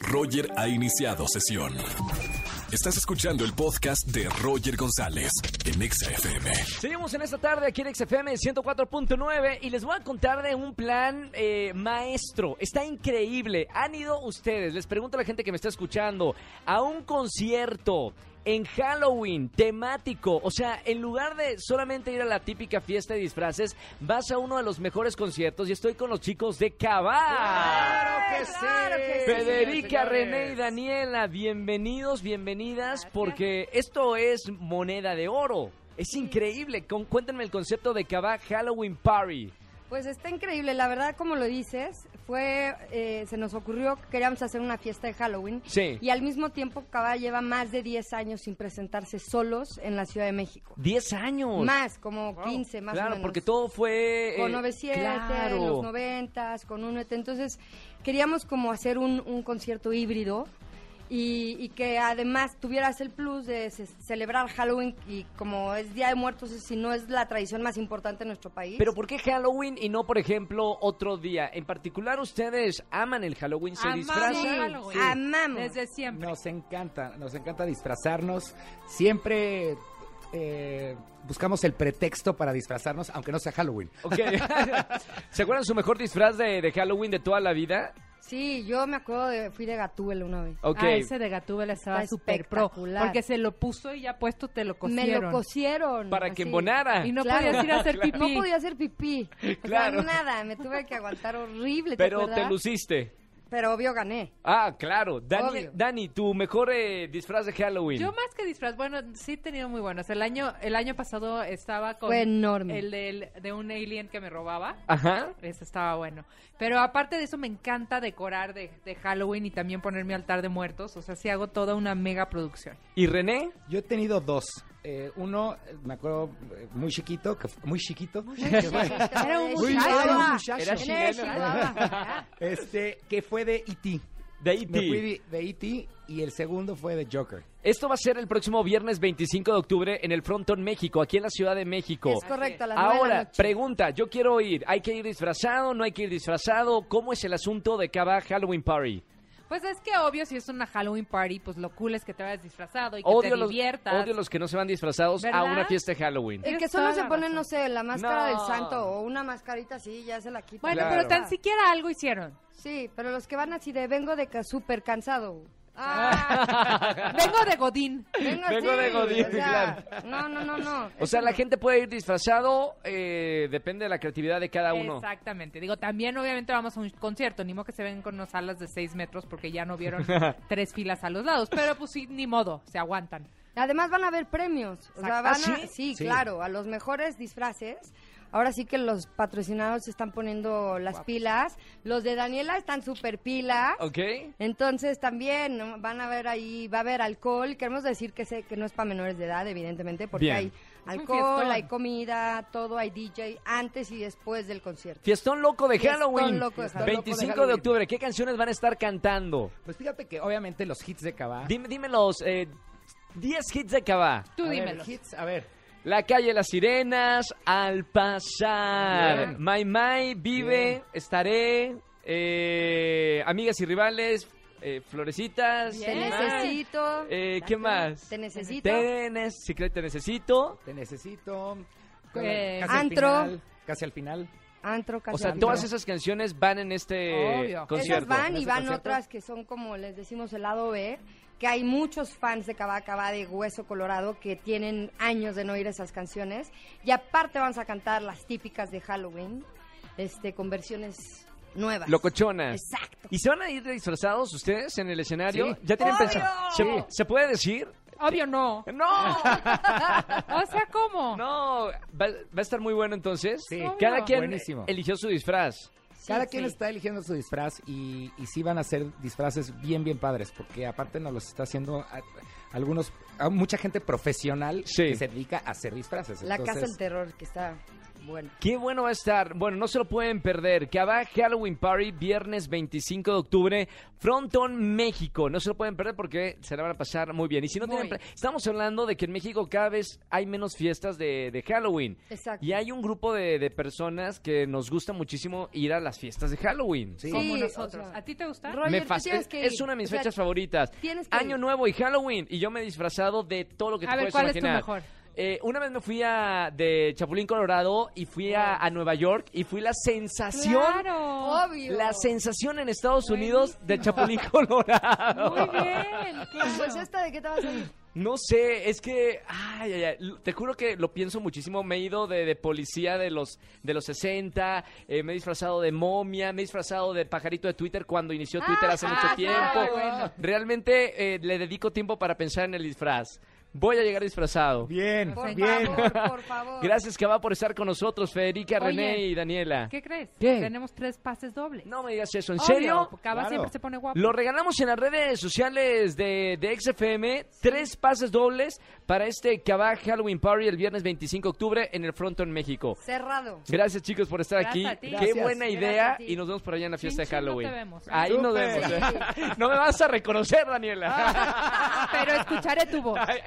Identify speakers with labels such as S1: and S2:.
S1: Roger ha iniciado sesión. Estás escuchando el podcast de Roger González en XFM.
S2: Seguimos en esta tarde aquí en XFM 104.9 y les voy a contar de un plan eh, maestro. Está increíble. Han ido ustedes, les pregunto a la gente que me está escuchando, a un concierto en Halloween, temático. O sea, en lugar de solamente ir a la típica fiesta de disfraces, vas a uno de los mejores conciertos y estoy con los chicos de Cabá.
S3: ¡Claro que
S4: Claro
S3: sí!
S4: que sí,
S2: Federica,
S3: señores.
S2: René y Daniela, bienvenidos, bienvenidas,
S4: Gracias.
S2: porque esto es moneda de oro. Es increíble. Con- cuéntenme el concepto de Cabá Halloween Party.
S4: Pues está increíble, la verdad, como lo dices, fue, eh, se nos ocurrió que queríamos hacer una fiesta de Halloween.
S2: Sí.
S4: Y al mismo tiempo, Cabá lleva más de 10 años sin presentarse solos en la Ciudad de México.
S2: 10 años.
S4: Más, como 15 más
S2: claro,
S4: o menos.
S2: porque todo fue...
S4: Con
S2: eh,
S4: 97,
S2: claro.
S4: en los 90, con un E Entonces, queríamos como hacer un, un concierto híbrido y, y que además tuvieras el plus de ce- celebrar Halloween y como es Día de Muertos, si no es la tradición más importante de nuestro país.
S2: Pero ¿por qué Halloween y no, por ejemplo, otro día? En particular, ustedes aman el Halloween, se
S3: Amamos
S4: Sí,
S2: disfrazan.
S3: Halloween.
S4: amamos.
S3: Desde siempre.
S5: Nos encanta, nos encanta disfrazarnos. Siempre eh, buscamos el pretexto para disfrazarnos, aunque no sea Halloween.
S2: Ok. ¿Se acuerdan su mejor disfraz de, de Halloween de toda la vida?
S4: Sí, yo me acuerdo de fui de Gatúbela una vez.
S2: Ok.
S3: Ah, ese de Gatúbela estaba
S4: Está
S3: súper pro.
S4: espectacular.
S3: Porque se lo puso y ya puesto te lo cosieron.
S4: Me lo cosieron.
S2: Para que
S4: así.
S2: embonara.
S3: Y no
S4: Claro.
S3: podías ir a hacer
S4: No
S3: pipí.
S4: podía hacer pipí. O
S2: Claro.
S4: sea, nada, me tuve que aguantar horrible, ¿te
S2: Pero te
S4: acuerdas?
S2: luciste.
S4: Pero obvio gané.
S2: Ah, claro. Dani,
S4: Obvio.
S2: Dani tu mejor eh, disfraz de Halloween.
S3: Yo más que disfraz, bueno, sí he tenido muy buenos. El año, el año pasado estaba con
S4: Fue enorme.
S3: el del- de un alien que me robaba.
S2: Ajá.
S3: Ese estaba bueno. Pero aparte de eso, me encanta decorar de, de Halloween y también poner mi altar de muertos. O sea, sí hago toda una mega producción.
S2: ¿Y René?
S5: Yo he tenido dos. Eh, uno, eh, me acuerdo, eh, muy chiquito, que fue- muy chiquito. que fue-
S4: Era un
S5: Muy
S4: muchacho.
S5: chiquito, un
S2: Era
S5: muchacho.
S2: chileno.
S5: Este, que fue de E.T.
S2: De
S5: Me
S2: E.T.
S5: fui de- de E.T. y el segundo fue de Joker.
S2: Esto va a ser el próximo viernes 25 de octubre en el Frontón México, aquí en la Ciudad de México.
S4: Es correcto, a las nueve de la
S2: Ahora,
S4: noche.
S2: pregunta, yo quiero ir. ¿Hay que ir disfrazado? ¿No hay que ir disfrazado? ¿Cómo es el asunto de Cava Halloween Party?
S3: Pues es que obvio, si es una Halloween party, pues lo cool es que te vayas disfrazado y que
S2: Odio
S3: te
S2: los,
S3: diviertas.
S2: odio los que no se van disfrazados a
S3: ¿Verdad?
S2: una fiesta de Halloween.
S4: El que
S3: Tienes
S4: solo
S3: toda
S4: se
S3: la
S4: pone,
S3: razón.
S4: no sé, la máscara
S2: No.
S4: del santo o una mascarita así, ya se la quita.
S3: Bueno,
S2: Claro.
S3: pero tan siquiera algo hicieron.
S4: Sí, pero los que van así de vengo de ca- súper cansado. Ah,
S3: Vengo de Godín.
S4: vengo
S2: Vengo
S4: así,
S2: de Godín,
S4: o sea, No, no, no, no.
S2: O sea, la gente puede ir disfrazado, eh, depende de la creatividad de cada uno.
S3: Exactamente. Digo, también obviamente vamos a un concierto. Ni modo que se ven con unas alas de seis metros porque ya no vieron tres filas a los lados. Pero pues sí, ni modo, se aguantan.
S4: Además van a haber premios. O sea,
S3: Exacto.
S4: van
S3: ¿Ah,
S4: a-
S3: sí?
S4: sí,
S5: Sí.
S4: claro, a los mejores disfraces. Ahora sí que los patrocinados se están poniendo las pilas. Los de Daniela están súper pila.
S2: ¿Ok?
S4: Entonces también ¿no? van a ver ahí, va a haber alcohol. Queremos decir que, sé, que no es para menores de edad, evidentemente, porque
S2: Bien.
S4: hay
S3: un
S4: alcohol,
S3: fiestón.
S4: hay comida, todo, hay DJ antes y después del concierto.
S2: Fiestón loco de
S4: Fiestón
S2: Halloween.
S4: loco de Halloween.
S2: 25 de,
S5: Halloween.
S2: octubre. ¿Qué canciones van a estar cantando?
S5: Pues fíjate que obviamente los hits de Cabá.
S2: Dime, dime los eh, 10 hits de Cabá.
S3: Tú
S5: A ver,
S3: dímelo.
S5: hits, a ver.
S2: La calle de Las Sirenas, Al pasar.
S5: Bien.
S2: My My, Vive,
S5: Bien.
S2: Estaré, eh, Amigas y Rivales, eh, Florecitas.
S4: Te
S2: ¿qué más?
S4: necesito.
S2: Eh, ¿Qué más?
S4: Te necesito.
S2: Te, ne- sí, creo que te necesito.
S5: Te necesito.
S3: Eh,
S5: casi al
S4: Antro.
S5: final, casi al final.
S4: Antro,
S2: O sea,
S4: Casablanca.
S2: todas esas canciones van en este
S3: Obvio.
S2: concierto.
S4: Esas van
S5: ¿En
S4: y
S5: ese
S4: van
S5: concierto?
S4: otras que son como les decimos el lado B, que hay muchos fans de Cava Cava de Hueso Colorado que tienen años de no oír esas canciones y aparte vamos a cantar las típicas de Halloween, este con versiones nuevas.
S2: Locochonas.
S4: Exacto.
S2: ¿Y se van a ir disfrazados ustedes en el escenario?
S5: Sí.
S2: ¿Ya tienen
S4: ¡Obvio!
S2: pensado? ¿Se, se puede decir?
S3: Obvio no.
S2: ¡No!
S3: O sea, ¿cómo?
S2: No, va, va a estar muy bueno entonces.
S5: Sí.
S2: Cada
S3: Obvio.
S2: quien
S5: Buenísimo.
S2: eligió su disfraz.
S5: Cada quien está eligiendo su disfraz y, y sí van a ser disfraces bien, bien padres, porque aparte nos los está haciendo a- algunos, a mucha gente profesional
S2: Sí.
S5: que se dedica a hacer disfraces.
S4: La
S5: Entonces,
S4: Casa del Terror que está bueno.
S2: Qué bueno va a estar. Bueno, no se lo pueden perder. Cabá Halloween Party, viernes 25 de octubre, Frontón, México. No se lo pueden perder porque se la van a pasar muy bien. Y si no
S3: Muy.
S2: tienen. pla- Estamos hablando de que en México cada vez hay menos fiestas de, de Halloween.
S4: Exacto.
S2: Y hay un grupo de, de personas que nos gusta muchísimo ir a las fiestas de Halloween.
S5: Sí.
S3: Como
S4: Sí,
S3: nosotros.
S4: o sea,
S3: ¿A ti te gusta?
S4: Roger,
S2: Me
S4: tú
S2: fas-
S4: tienes
S2: es,
S4: que
S2: es
S4: ir.
S2: una de mis
S4: O sea,
S2: fechas favoritas.
S4: tienes que
S2: Año
S4: ir.
S2: Nuevo y Halloween. Y yo me he disfrazado de todo lo que te
S3: A ver,
S2: puedes
S3: ¿cuál es tu
S2: imaginar.
S3: mejor?
S2: Eh, una vez me fui a de Chapulín, Colorado, y fui a, a Nueva York y fui la sensación.
S3: Claro.
S4: Obvio.
S2: La sensación en Estados Unidos de
S3: Buenísimo.
S2: Chapulín Colorado.
S3: Muy bien. claro.
S4: Pues esta de qué te vas a ir.
S2: No sé, es que. Ay, ay, ay, l- te juro que lo pienso muchísimo. Me he ido de, de policía de los, de los 60, eh, me he disfrazado de momia, me he disfrazado de pajarito de Twitter cuando inició Twitter hace mucho
S3: ah,
S2: tiempo.
S3: claro, bueno.
S2: Realmente eh, le dedico tiempo para pensar en el disfraz. Voy a llegar disfrazado.
S5: Bien,
S4: Por
S5: bien.
S4: favor, por favor.
S2: Gracias, Cabá, por estar con nosotros, Federica,
S3: Oye,
S2: René y Daniela.
S3: ¿Qué crees?
S2: ¿Qué?
S3: Tenemos tres pases dobles.
S2: No me digas eso, ¿en
S3: Obvio,
S2: serio?
S3: Cava
S5: Claro.
S3: siempre se pone guapo.
S2: Lo regalamos en las redes sociales de, de XFM. Tres pases dobles para este Cabá Halloween Party el viernes 25 de octubre en el Frontón México.
S4: Cerrado.
S2: Gracias chicos por estar
S3: Gracias a
S2: aquí.
S3: ti.
S2: Qué
S5: Gracias.
S2: buena
S4: Gracias
S2: idea
S4: a ti.
S2: y nos vemos por allá en la fiesta
S3: Chin,
S2: de
S3: chin, no
S2: Halloween.
S3: te vemos.
S2: Ahí nos
S5: Súper.
S2: vemos. ¿eh? No me vas a reconocer, Daniela.
S3: Ah. Pero escucharé tu voz.